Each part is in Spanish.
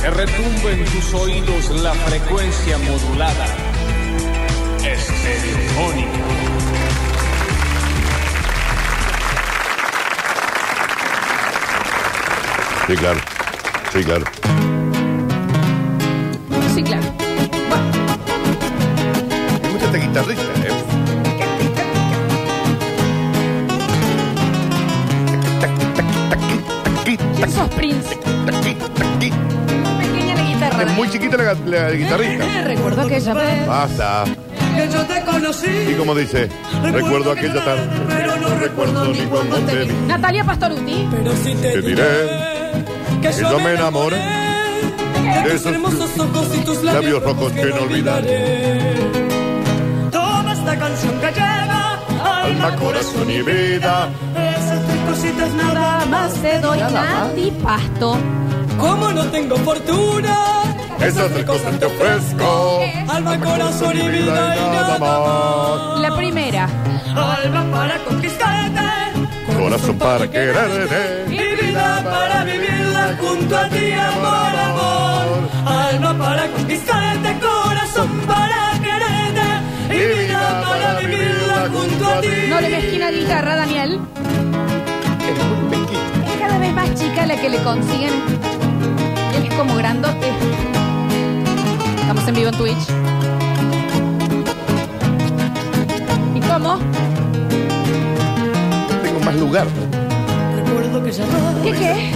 Que retumbe en tus oídos la frecuencia modulada. Estereofónica. Sí, claro. Sí, claro. Ah, Sí, claro. Bueno, Me gusta esta guitarrista, ¿eh? ¿quién sos Prince? Pequeña la guitarra. Ah, Es muy chiquita la, la guitarrista. Recuerdo aquella vez. Basta. Que yo te conocí. Y como dice, recuerdo aquella tarde, pero no recuerdo ni cuándo te vi. Natalia Pastoruti. Pero si te, Te diré que yo me enamoré de de tus esos hermosos ojos y tus labios, labios rojos que no olvidaré. Toma esta canción que llega alma, corazón y vida. Esas tres cositas nada más. Te doy Nada más. Nati Pasto. Como no tengo fortuna, Esas tres cosas te ofrezco. alma, corazón y vida y nada más. La primera. Alma para conquistarte, Corazón para quererte. Mi vida para vivirla junto a ti, amor, amor. Alma para conquistarte, corazón para quererte. Y vida para vivirla junto a ti. No le mezquina guitarra, Daniel. Es cada vez más chica la que le consiguen. Él es como grandote. Estamos en vivo en Twitch. ¿Y cómo? Tengo más lugar. Recuerdo que ya ¿Qué qué?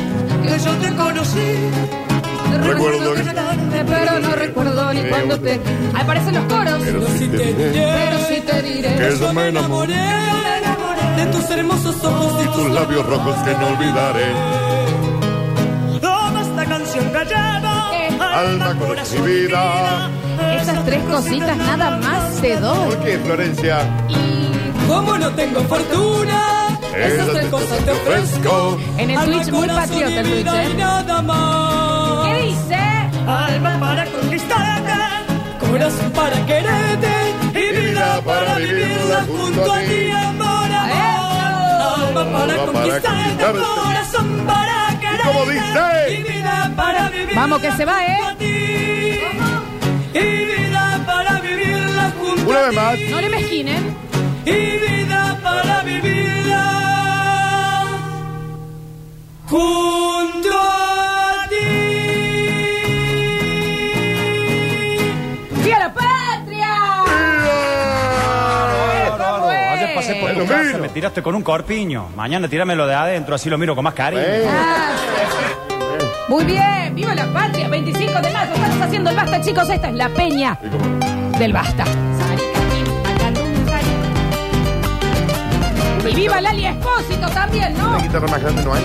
que yo te conocí. Recuerdo que que- tarde, pero no recuerdo ni cuándo te. Aparecen los coros. Pero si te diré Pero sí te diré. que yo me enamoré de tus hermosos ojos y tus tus labios rojos que no olvidaré. Toma esta canción callada, Eh. Alma, corazón y vida. Esas tres cositas nada más te doy. ¿Por qué, Florencia? Y Como no tengo fortuna, esas tres cosas te ofrezco. En el Twitch, muy patriota el Twitch, ¿eh? Nada más. ¿Qué dice? Alma para conquistarte, corazón para quererte y vida para vivirla junto a ti, amor, amor. Alma para conquistarte, corazón para quererte cómo dice? y vida para vivirla Vamos, que se va, ¿eh? junto a ti. Y vida para vivirla junto Una a vez ti. más. No le mezquinen. Y vida para vivirla junto a ti. ¡Viva la patria! Bárbaro. Ayer pasé por tu Bueno, casa, miro. me tiraste con un corpiño. Mañana tíramelo de adentro, así lo miro con más cariño. Eh, Ah, Muy bien, viva la patria. 25 de mayo, estamos haciendo el basta, chicos. Esta es la peña y como- del basta. Y viva Lali Espósito también, ¿no? ¿Una guitarra más grande no hay?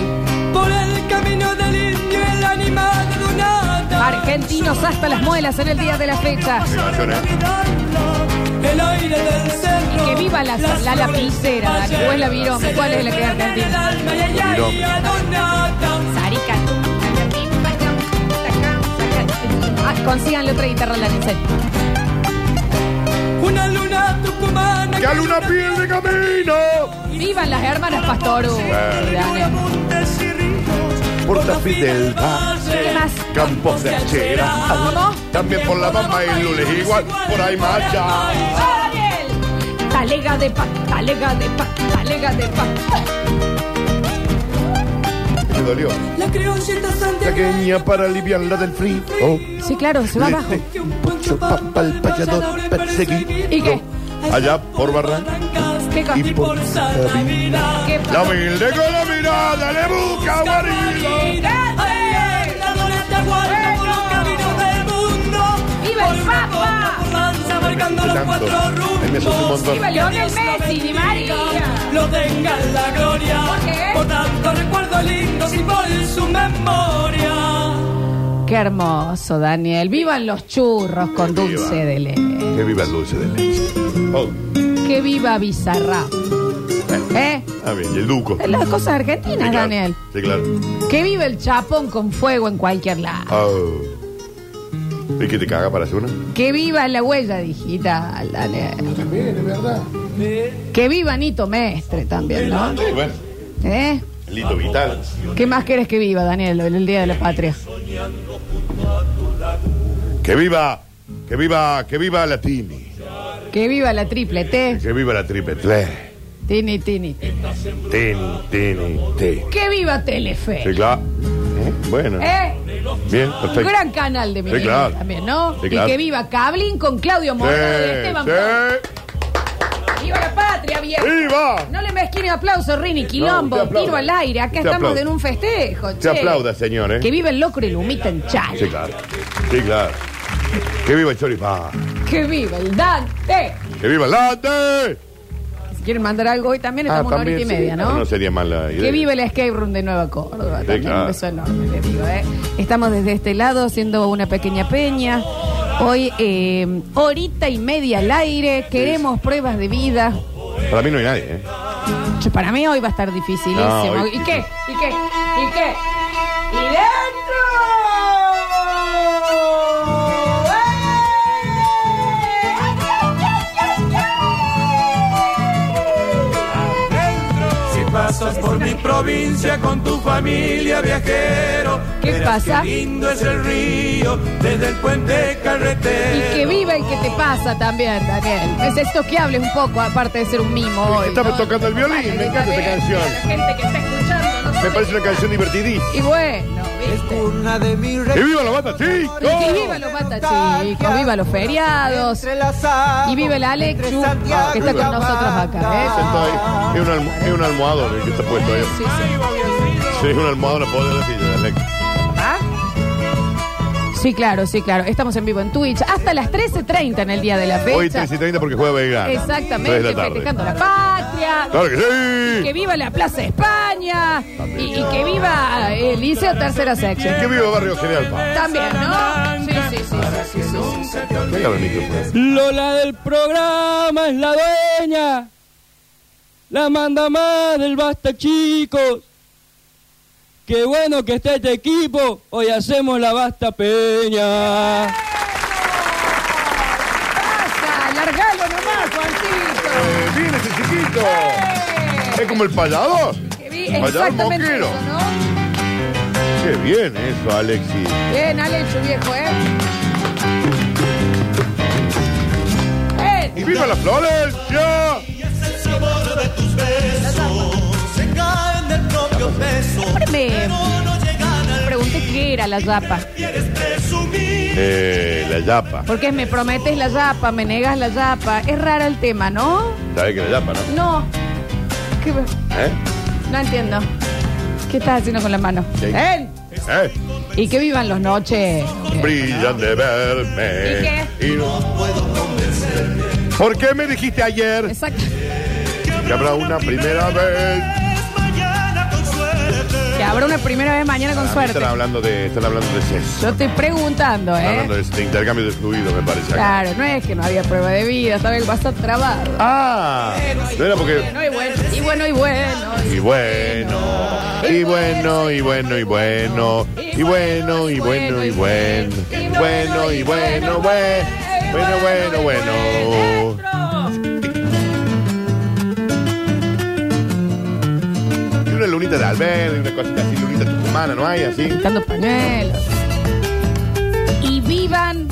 Por el camino del indio, el animal de lunada. Argentinos hasta las muelas en el día de la fecha. Qué canción, ¿eh? El aire del centro. Y que viva la- las la flores lapicera, Dani. ayer. ¿Cuál es la virón? ¿Cuál es la que Se me Argentina? llena el alma, y ella Virón. y adonada. Ah, consíganle otra guitarra la Lancel. Una luna tucumana. ¡Que a luna piel de camino! ¡Vivan las hermanas Pastoru! Daniel. Montes y ríos, Por la Tafí fina del valle, ¿Qué más? Campos de Achera. ¿Cómo? También por la mamá y Lules Ah, igual, por ahí más allá. ¡Ariel! Talega de pa, talega de pa, talega de pa. Me dolió. La criollita santiagueña Pequeña para aliviarla del frío. Sí, claro, se va abajo. que un poncho papa al payador perseguí. ¿Y qué? Allá por Barranca. ¿Qué cosa? y por Santa Vida. ¿Qué La pasa? humilde con la mirada le busca guarida. ¡Dale! La dona te aguarda por los caminos del mundo. ¡Viva el Por una Papa! conga burlanza marcando los Tanto. cuatro Ahí me asustó un rumbos. montón. ¡Viva Leonel Messi, Di María! Lo tenga en la gloria. ¿Por qué? Por tanto recuerdo lindo y por su memoria. ¡Qué hermoso, Daniel! ¡Vivan los churros con Viva. dulce de leche! Que viva el dulce de leche. Oh, ¡Que viva Bizarra! ¿Eh? ah, bien, y el duco. Es Las cosas Sí, argentinas, claro. Ah, Daniel. Sí, claro. Que vive el chapón con fuego en cualquier lado. Oh. ¿Y que te caga para hacer una? Que viva la huella digital, Daniel. También, es verdad. Que viva Nito Mestre también, ¿no? Sí, bueno. ¿Eh? Lito Vital. ¿Qué más quieres que viva, Daniel, el el Día de la Patria? Que viva, que viva, que viva la Tini. Que viva la triple T. Que viva la triple T. Tini, tini. Tini, tini, tini. Que viva Telefe. Sí, claro. Eh, Bueno. ¿Eh? Bien, Un perfecto. gran canal de mi Sí, claro. también, ¿no? Sí, claro. Y que viva Cablin con Claudio Sí, Moreno y Esteban Blanco. sí. ¡Viva la patria, viejo! ¡Viva! No le mezquine aplauso, Rini Quilombo. No, usted aplaude. Tiro al aire. Acá Usted estamos aplaude. en un festejo. Se che. aplauda, señor, ¿eh? Que viva el locro y el humita en Chala. Sí, claro. Sí, claro. Que viva el choripán. Que viva el Dante. Que viva el latte. Si quieren mandar algo hoy también, estamos una horita y Ah, sí. media, No sería mala idea. Que viva el escape room de Nueva Córdoba. También claro. un beso enorme, le digo, ¿eh? Estamos desde este lado haciendo una pequeña peña. Hoy, eh, horita y media al aire. Queremos pruebas de vida. Para mí no hay nadie, ¿eh? Che, para mí hoy va a estar dificilísimo. No, hoy- ¿Y qué? ¿Y qué? ¿Y qué? ¡Y dentro! Si pasas por mi provincia con tu familia viajero, ¿Qué verás pasa? Qué lindo es el río desde el puente Y carretero. que viva el que te pasa también, Daniel. Necesito que hables un poco, aparte de ser un mimo hoy. Estaba tocando el violín, me encanta esta bien, canción. La gente que está escuchando, no Me sé. parece una canción divertidísima. Y bueno, ¿viste? Una de mis ¡Que viva la banda, Y que chicos! viva los patachicos, viva los feriados. entrelazadas. Y viva el Alex Chu, que está con nosotros acá, ¿eh? Está ahí. Es un, alm- es un almohadón el que está puesto ahí. Sí, sí. Sí, es un almohadón a poder decir, Alex. ¿Ah? Sí, claro, sí, claro. Estamos en vivo en Twitch hasta las 13.30 en el día de la fecha. Hoy 3 y 30 porque juega Belgrano. Tres Exactamente, de la tarde. festejando la patria. ¡Claro que sí! Que viva la Plaza España. Y, y que viva eh, el Liceo Tercera Y que Sección. viva Barrio General Paz. También, ¿no? Sí, sí, sí, sí, sí, sí, sí. Venga, el micrófono. Lola del programa es la dueña. La manda más del basta, chicos. Qué bueno que está este equipo. Hoy hacemos la basta peña. Pasa, largalo nomás, Juancito. Eh, Eh, ¡Viene ese chiquito! Es como el payador. Que vi- Vaya, Exactamente moquero. eso, ¿no? Qué bien eso, Alexis. Bien, Alecho, viejo, ¿eh? ¡Y ¡Eh! viva la Florencia! Me pregunté qué era la yapa. Eh, la yapa. Porque es me prometes la yapa, me negas la yapa. Es rara el tema, ¿no? ¿Sabes qué es la yapa, no? No. ¿Qué- ¿Eh? No entiendo. ¿Qué estás haciendo con la mano? ¿Qué? ¿Eh? ¿Eh? Y que vivan los noches. Brillan de verme. ¿Y no ¿Por qué me dijiste ayer Exacto. que habrá una primera vez? Que habrá una primera vez mañana con Ah, suerte. Están hablando de, están hablando de sexo. Yo estoy preguntando, Están hablando ¿eh? de, de intercambio de fluidos, me parece. acá. Claro, no es que no había prueba de vida, estaba el WhatsApp trabado. Ah, no era porque No, y bueno, y bueno, y bueno. Y bueno, y bueno, y bueno, y bueno, y bueno, y bueno, y bueno, y bueno, y bueno, bueno, bueno, bueno, bueno. Y una lunita de Albert, y una cosita así, lunita tucumana, ¿no hay así? Quitando pañuelos. Y vivan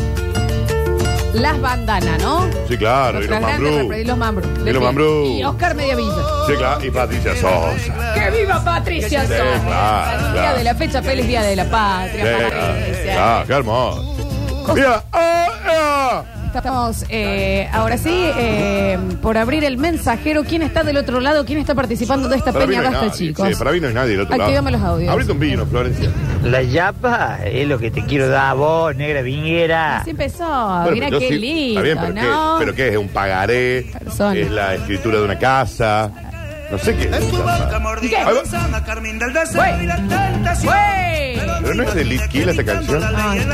las bandanas, ¿no? Sí, claro, y los Nuestras grandes mambrú. refer- y los mambrú. Y los mambrú. Y Oscar Mediavilla. Sí, claro, y Patricia Sosa. ¡Que viva Patricia Sosa! claro, Día claro. de la fecha, feliz día de la Sí, patria, Patricia. claro, qué hermoso. Mira, ah, ah. Estamos eh, ahora sí eh, por abrir el mensajero. ¿Quién está del otro lado? ¿Quién está participando de esta Para mí peña no hay basta, nadie, chicos? sí, para mí no hay nadie del otro Activame lado. los audios. Ah, Abrite un vino, Florencia. La yapa es lo que te quiero dar a vos, negra vinguera. Así empezó. Bueno, Mira pero yo qué sí- Está lindo, bien, pero, ¿no? qué, pero qué es? ¿Un pagaré? Persona. ¿Es la escritura de una casa? No sé qué es. ¿Y qué? Ahí va. Güey. Güey. Pero no es de Litquila esta canción. Ay.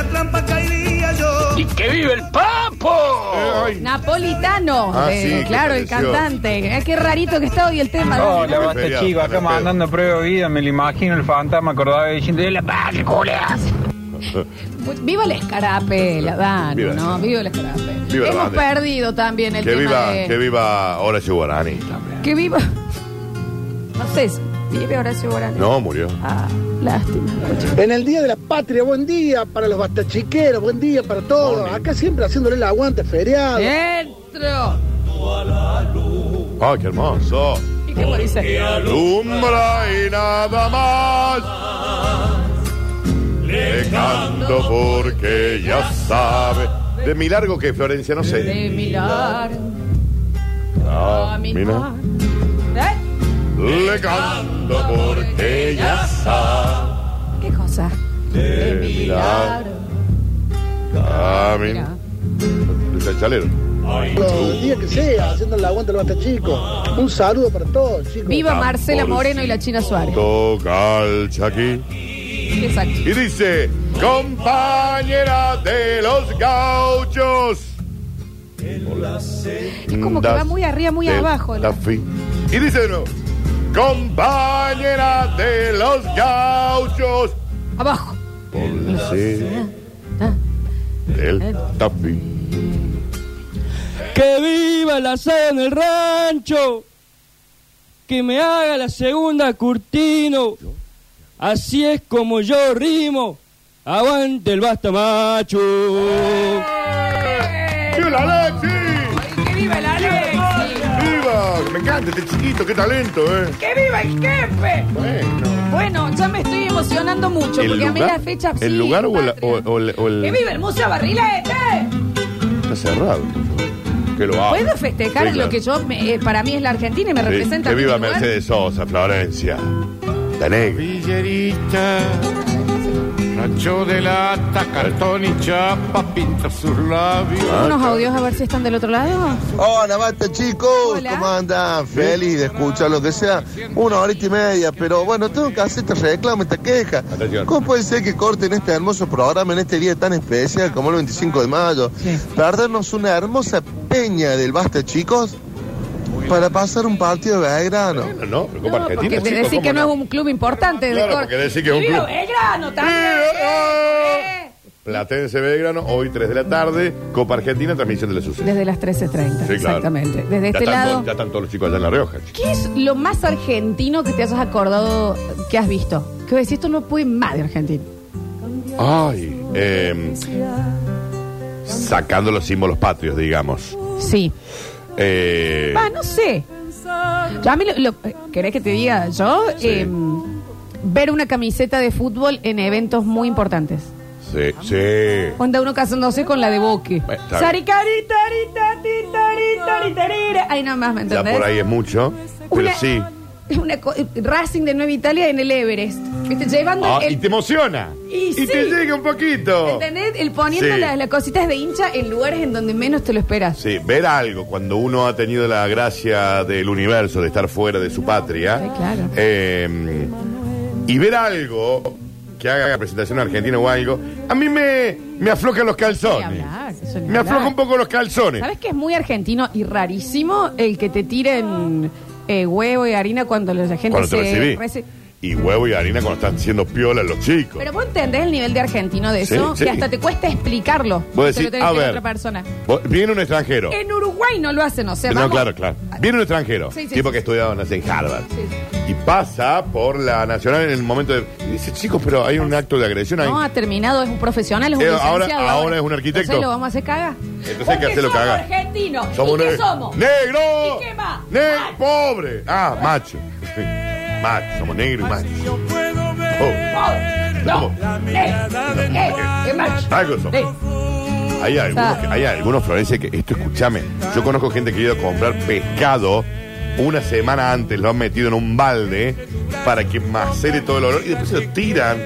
¡Y que vive el Papo! Ay, Napolitano, Ah, de- sí, qué claro, el precioso. cantante. Eh, qué rarito que está hoy el tema. ¿no? Hola, basta, chicos, acá mandando prueba de vida, me lo imagino el fantasma acordaba diciendo de la patria, Viva el escarape, la Dan, Viva. ¿no? Viva el escarape. Viva la Hemos banda. perdido también el que tema viva, de... que viva Horacio Guarani también. Que viva... No sé, Vive Horacio Guarani. No, murió. Ah, lástima. En el Día de la Patria, buen día para los bastachiqueros, buen día para todos. Acá siempre haciéndole el aguante feriado. ¡Dentro! Ay, qué hermoso. ¿Y qué dice? Alumbra y nada más. Le canto porque ya sabe. De mi largo que Florencia, no sé. De mirar, Ah, caminar. mira. ¿Eh? Le canto porque ya sabe. ¿Qué cosa? De mi Ah, Mirar. Camin. El chalero. Los días que sea, haciéndole el aguante a los bastachicos. Un saludo para todos, chicos. Viva Ah, Marcela Moreno y la China Suárez. Toca el chaquí. Exacto. Y dice, compañera de los gauchos. Es como que va muy arriba, muy de abajo. la la- fi- Y dice de nuevo, compañera de los gauchos. Abajo. Por la sed Ah, del tapi. Que viva el asado en el rancho. Que me haga la segunda Curtino. Así es como yo rimo. Aguante el basta macho. ¡Viva la Alexi! ¡Eh! ¡Que viva el Alexi! ¡Viva! Me encanta este chiquito, qué talento, eh. ¡Que viva el jefe! Bueno. Bueno, ya me estoy emocionando mucho ¿El porque a mí lugar? la fecha. ¿El lugar o la- patria. o- o el- o el- ¡Que viva el Museo Barrilete! Está cerrado. Que lo hago. Puedo festejar Sí, lo claro. que yo me- eh, para mí es la Argentina y me Ah, Sí, representa. Que en mi viva lugar. Mercedes Sosa, Florencia. La negra. Villerita, Nacho de Eh. lata, cartón y chapa, pinta sus labios. Ah, Unos audios a ver si están del otro lado. Hola, basta chicos, Hola. ¿cómo andan? Feliz de escuchar lo que sea, una horita y media, pero bueno, tengo que hacer este reclamo, esta queja. Atención. ¿Cómo puede ser que corten este hermoso programa en este día tan especial como el 25 de mayo? Para darnos una hermosa peña del basta chicos para pasar un partido de Belgrano. No, no, pero Copa Argentina. No, porque te chicos, decís ¿cómo que no es un club importante. Claro, de cor- porque decís que es un ¡Que viva club. Belgrano también! ¡Eh! Platense Belgrano, hoy 3 de la tarde, Copa Argentina, transmisión de la SUSE. Desde las 13.30, Sí, claro. exactamente. Desde Ya este están lado. todos- ya están todos los chicos allá en La Rioja. ¿Qué es lo más argentino que te hayas acordado que has visto? Que vos decís, esto no puede más de Argentina. Ay, eh, sacando los símbolos patrios, digamos. Sí. Eh, Va, no sé. Yo a mí lo- lo- ¿Querés que te diga yo? Sí. Eh, ver una camiseta de fútbol en eventos muy importantes. sí, sí. Onda uno casándose con la de Boque. Bueno, está bien. Saricari, tari, tari, tari, tari, tari, ra. Ahí nomás, ¿me Ya entendés? por ahí es mucho, pero Una- sí. es una co- Racing de Nueva Italia en el Everest. ¿Viste? Llevando Ah, el, y te emociona. Y sí. te llega un poquito. ¿Entendés? El poniendo Sí. las, las cositas de hincha en lugares en donde menos te lo esperas. Sí, ver algo cuando uno ha tenido la gracia del universo de estar fuera de su patria. Sí, claro. eh, y ver algo que haga la presentación argentina o algo, a mí me, me aflojan los calzones. Ni hablar, eso ni me hablar. afloja un poco los calzones. ¿Sabes que es muy argentino y rarísimo el que te tiren eh, huevo y harina cuando la gente Cuando te se recibí. reci- Y huevo y harina cuando están siendo piolas los chicos. Pero vos entendés el nivel de argentino de Sí, eso, sí. que hasta te cuesta explicarlo. Vos Se decís, lo tenés a que decir ver, otra persona. vos- viene un extranjero. En Uruguay no lo hacen, o sea, No, vamos- claro, claro. Viene un extranjero, Sí, sí, tipo sí. que estudiaba no sé, en Harvard, Sí. y pasa por la nacional en el momento de. Y dice, chicos, pero hay un acto de agresión ahí. No, ha terminado, es un profesional, es un Eh, ahora- licenciado. ahora es un arquitecto. Entonces lo vamos a hacer caga. Entonces hay que hacerlo somos cagar. argentinos. Somos ¿Y qué ne- somos? ¡Negro! ¿Y qué más? Ne- Macho. ¡Pobre! Ah, macho. macho, somos negro y macho. Yo puedo ver Oh, No. Somos- mirada del Eh, ¿Qué más? Algo somos. Eh, Oh, Hay algunos, que- hay algunos, Florencia, que esto escúchame. Yo conozco gente que ha ido a comprar pescado una semana antes, lo han metido en un balde para que macere todo el olor y después se lo tiran.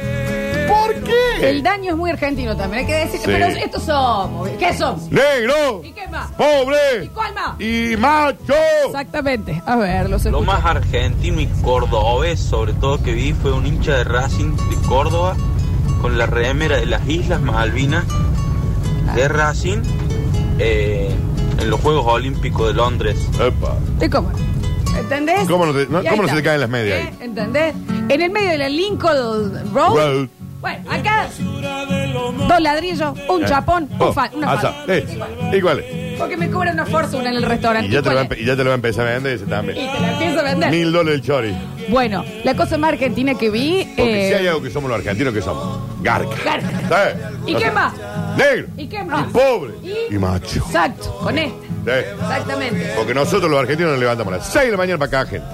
¿Por qué? El daño es muy argentino también, hay que decir, Sí. pero estos somos, ¿qué somos? ¡Negro! ¿Y qué más? ¡Pobre! ¿Y cuál más? ¡Y macho! Exactamente, a ver, los escucho. más argentino y cordobés, sobre todo, que vi fue un hincha de Racing de Córdoba con la remera de las Islas Malvinas de Racing eh, en los Juegos Olímpicos de Londres. Epa. ¿Y cómo? ¿Entendés? ¿Cómo no te- no- Y ahí cómo no se está. te caen las medias ¿Eh? ¿Entendés? En el medio de la Lincoln Road. Road. Bueno, acá dos ladrillos, un chapón, un Oh, fan, una asa, fan. eh, Iguales. Porque me cobran una fortuna en el restaurante. Y ya, te lo va, a ¿Cuál empe- y ya te lo va a empezar a vender ese es? también. Y te la empiezo a vender. Mil dólares el chori. Bueno, la cosa más argentina que vi. Porque eh, si hay algo que somos los argentinos que somos. Garca. Garca. ¿Sabes? ¿Y qué más? Negro. ¿Y qué más? Y pobre. Y- Y macho. Exacto, con esta. ¿Sabes? Exactamente. Porque nosotros los argentinos nos levantamos a las 6 de la mañana para acá, gente.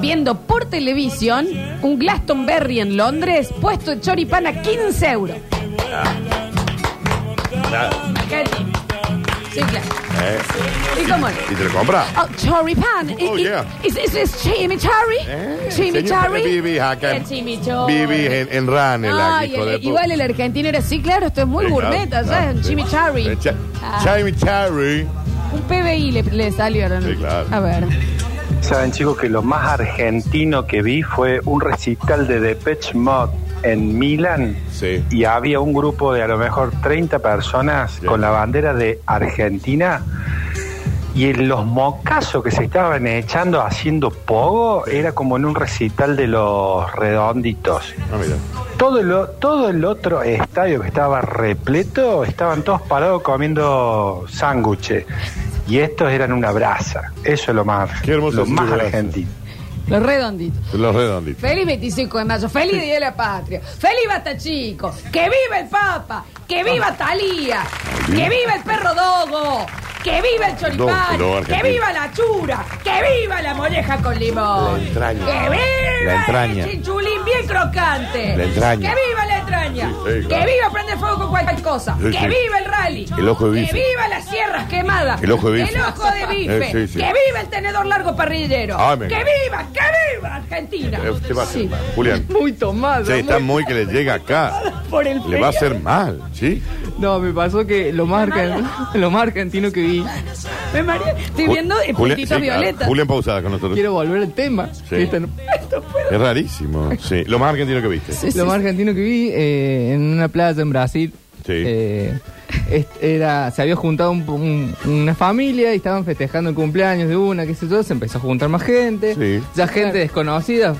Viendo por televisión un Glastonbury en Londres, puesto de choripán a 15 euros. Nada. Argentina. Sí, claro. ¿Eh? ¿Y cómo no? Y te lo compras. Oh, choripán. Oh, I- i- yeah. Is, is this chimichurri? Eh, Chimichurri. señor, Vivi acá. El chimichurri. Vivi en, en Ranelagh, Ay, hijo el- eh, de puta. igual el argentino era así, claro, esto es muy Sí, claro. gourmet, ¿sabes? Claro, Un sí. chimichurri. Eh, cha- Ah. Chimichurri. Un PBI le, le salió. ¿no? Sí, claro. A ver. Saben chicos que lo más argentino que vi fue un recital de Depeche Mode en Milán y había un grupo de a lo mejor 30 personas con la bandera de Argentina y en los mocasos que se estaban echando haciendo pogo era como en un recital de los redonditos. Ah, Todo, lo, todo el otro estadio que estaba repleto estaban todos parados comiendo sándwiches y estos eran una brasa. Eso es lo más, lo más brasa. argentino. Los redonditos. Los redonditos. Feliz 25 de mayo, feliz Día de la Patria, feliz Basta Chico, que viva el Papa, que Ah. viva Talía, que viva el Perro Dogo, que viva el Choripán, Dogo, dogo que viva la Chura, que viva la Molleja con Limón, La entraña. que viva La entraña. el Chinchulín bien crocante, La entraña. que viva la entraña, Sí, sí, claro. que viva Prende Fuego con cualquier cosa, Sí, que sí. viva el Rally, El ojo de que bife. viva las sierras quemadas, El ojo de bife. el ojo de bife, Eh, sí, sí. que viva el Tenedor Largo Parrillero, Amén. que viva, que viva Argentina. Eh, usted va a hacer Sí. mal, Julián. Muy tomado. Sí, está muy que le llega acá. Por el Le va a frío. hacer mal, ¿sí? No, me pasó que lo más, argen- lo más argentino que vi. Me mareé. Estoy Ju- viendo el Julián- puntito sí, claro. violeta. Julián pausada con nosotros. Quiero volver al tema. Este, Sí. Esta no- Es rarísimo. Sí. Lo más argentino que viste. lo más argentino que vi eh, en una playa en Brasil. eh, est- era, se había juntado un- un- una familia y estaban festejando el cumpleaños de una, qué sé yo, se empezó a juntar más gente, Sí. ya gente desconocida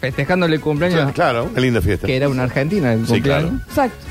festejándole el cumpleaños, Claro, una linda fiesta. que era una argentina el Sí, cumpleaños. claro. Exacto.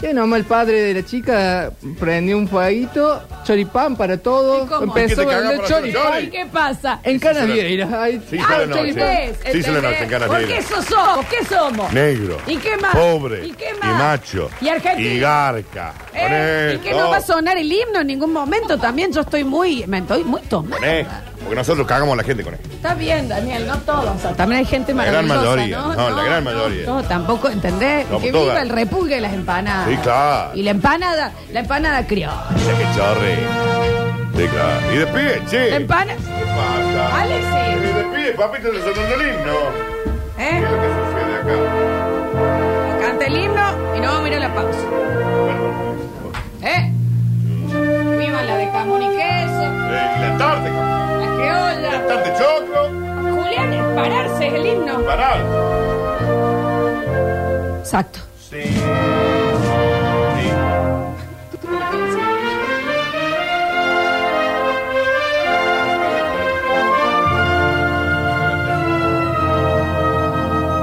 Que nomás el padre de la chica prendió un fueguito, choripán para todos, empezó a vender choripán. Ay, ¿Qué pasa? En Canas Vieiras, ay, Sí, hizo la noche. ¿entendés? Sí, hizo la noche en Canas Porque Vieiras. eso somos, ¿qué somos? Negro. ¿Y qué más? Pobre. ¿Y qué Y más? macho. Y argentino. Y garca. Con Eh, ¿Y esto. que no va a sonar el himno en ningún momento también? Yo estoy muy, me estoy muy tomada. Con esto. Porque nosotros cagamos a la gente con esto. Está bien, Daniel, no todos. O sea, también hay gente La gran maravillosa, mayoría. ¿no? No, la gran mayoría. No, tampoco, ¿entendés? Como que todas. viva el repulgue de las empanadas. Sí, claro. Ah. Y la empanada, la empanada criolla. Mira qué chorre. Sí, claro. Y de pie, La che. empana... ¿Qué pasa? Alexis. Y de pie, papito, te sonando el himno. ¿Eh? Canta el himno y no vamos a ir a la pausa. ¿Eh? Viva la de jamón y queso, Eh, y la tarde, con- la criolla. la tarde choclo. Julián, es pararse es el himno. Parar. Exacto.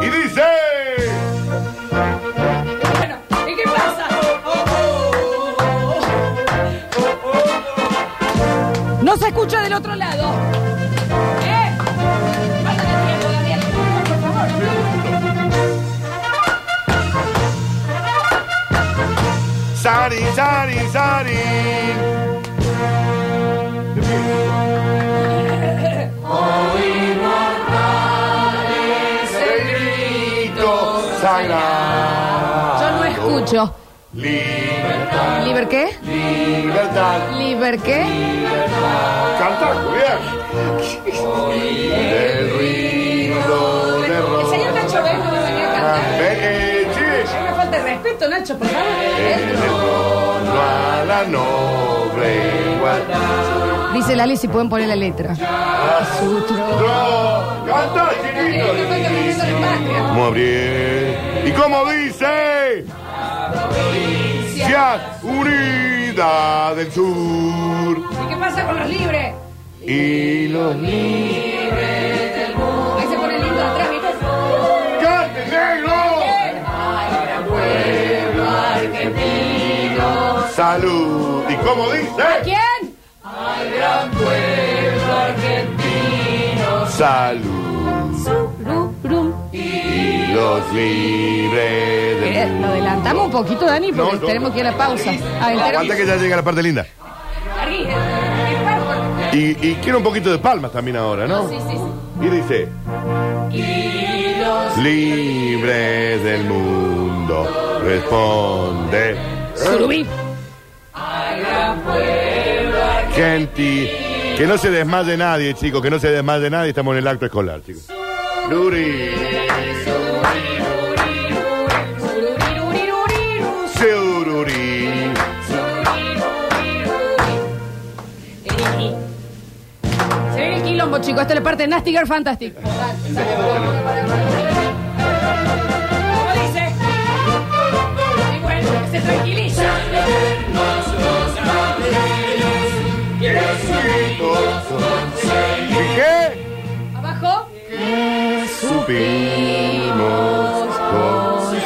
Y dice. ¿Y qué pasa? No se escucha del otro lado. ¿Eh? Pásale el tiempo, Daniel. Por favor. Sari, sari, sari. Yo no escucho. Libertad. ¿Liber qué? Libertad. ¿Liber qué? Canta, Julián. El ruido de El señor Nacho Vélez no me venía a cantar. Ve, eh, che. Hay una falta de respeto, Nacho, por En el favor. trono a la noble igualdad. Dice Lali si pueden poner la letra. Su trono. Canta, chiquito. Como abrir. ¿Y cómo dice? Provincia Unida del Sur. ¿Y qué pasa con los libres? Y los niños. Ahí se pone el himno atrás, ¿viste? ¡Cante, negro! Pueblo argentino, Salud. ¿Y cómo dice? ¿A quién? Al gran pueblo argentino. Salud. Y los libres del Eh, Lo adelantamos un poquito, Dani, porque No, no, tenemos que ir a pausa. Aguanta que ya llega la parte linda. Y, y quiero un poquito de palmas también ahora, Ah, ¿no? Sí, sí, sí. Y dice, Y los libres del mundo, responde. Surubí. Al gran pueblo Gente, que no se desmaye nadie, chicos, que no se desmaye nadie, estamos en el acto escolar, chicos. Luri. Seururi. Se ve el quilombo, chicos. Esta es la parte de Nasty Girl Fantastic. ¿Cómo dice? Y bueno, que se tranquiliza. ¿Y qué? Abajo. Supimos Se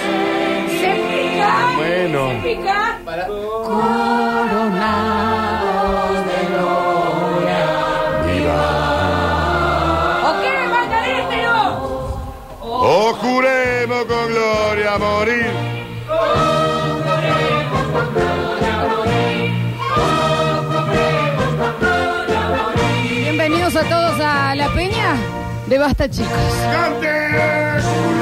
Bueno. pica. Se pica. Coronados de gloria. ¿O qué, este, Macarena? O juremos con gloria morir. Bienvenidos a todos a la peña de Basta, chicos. ¡Cante!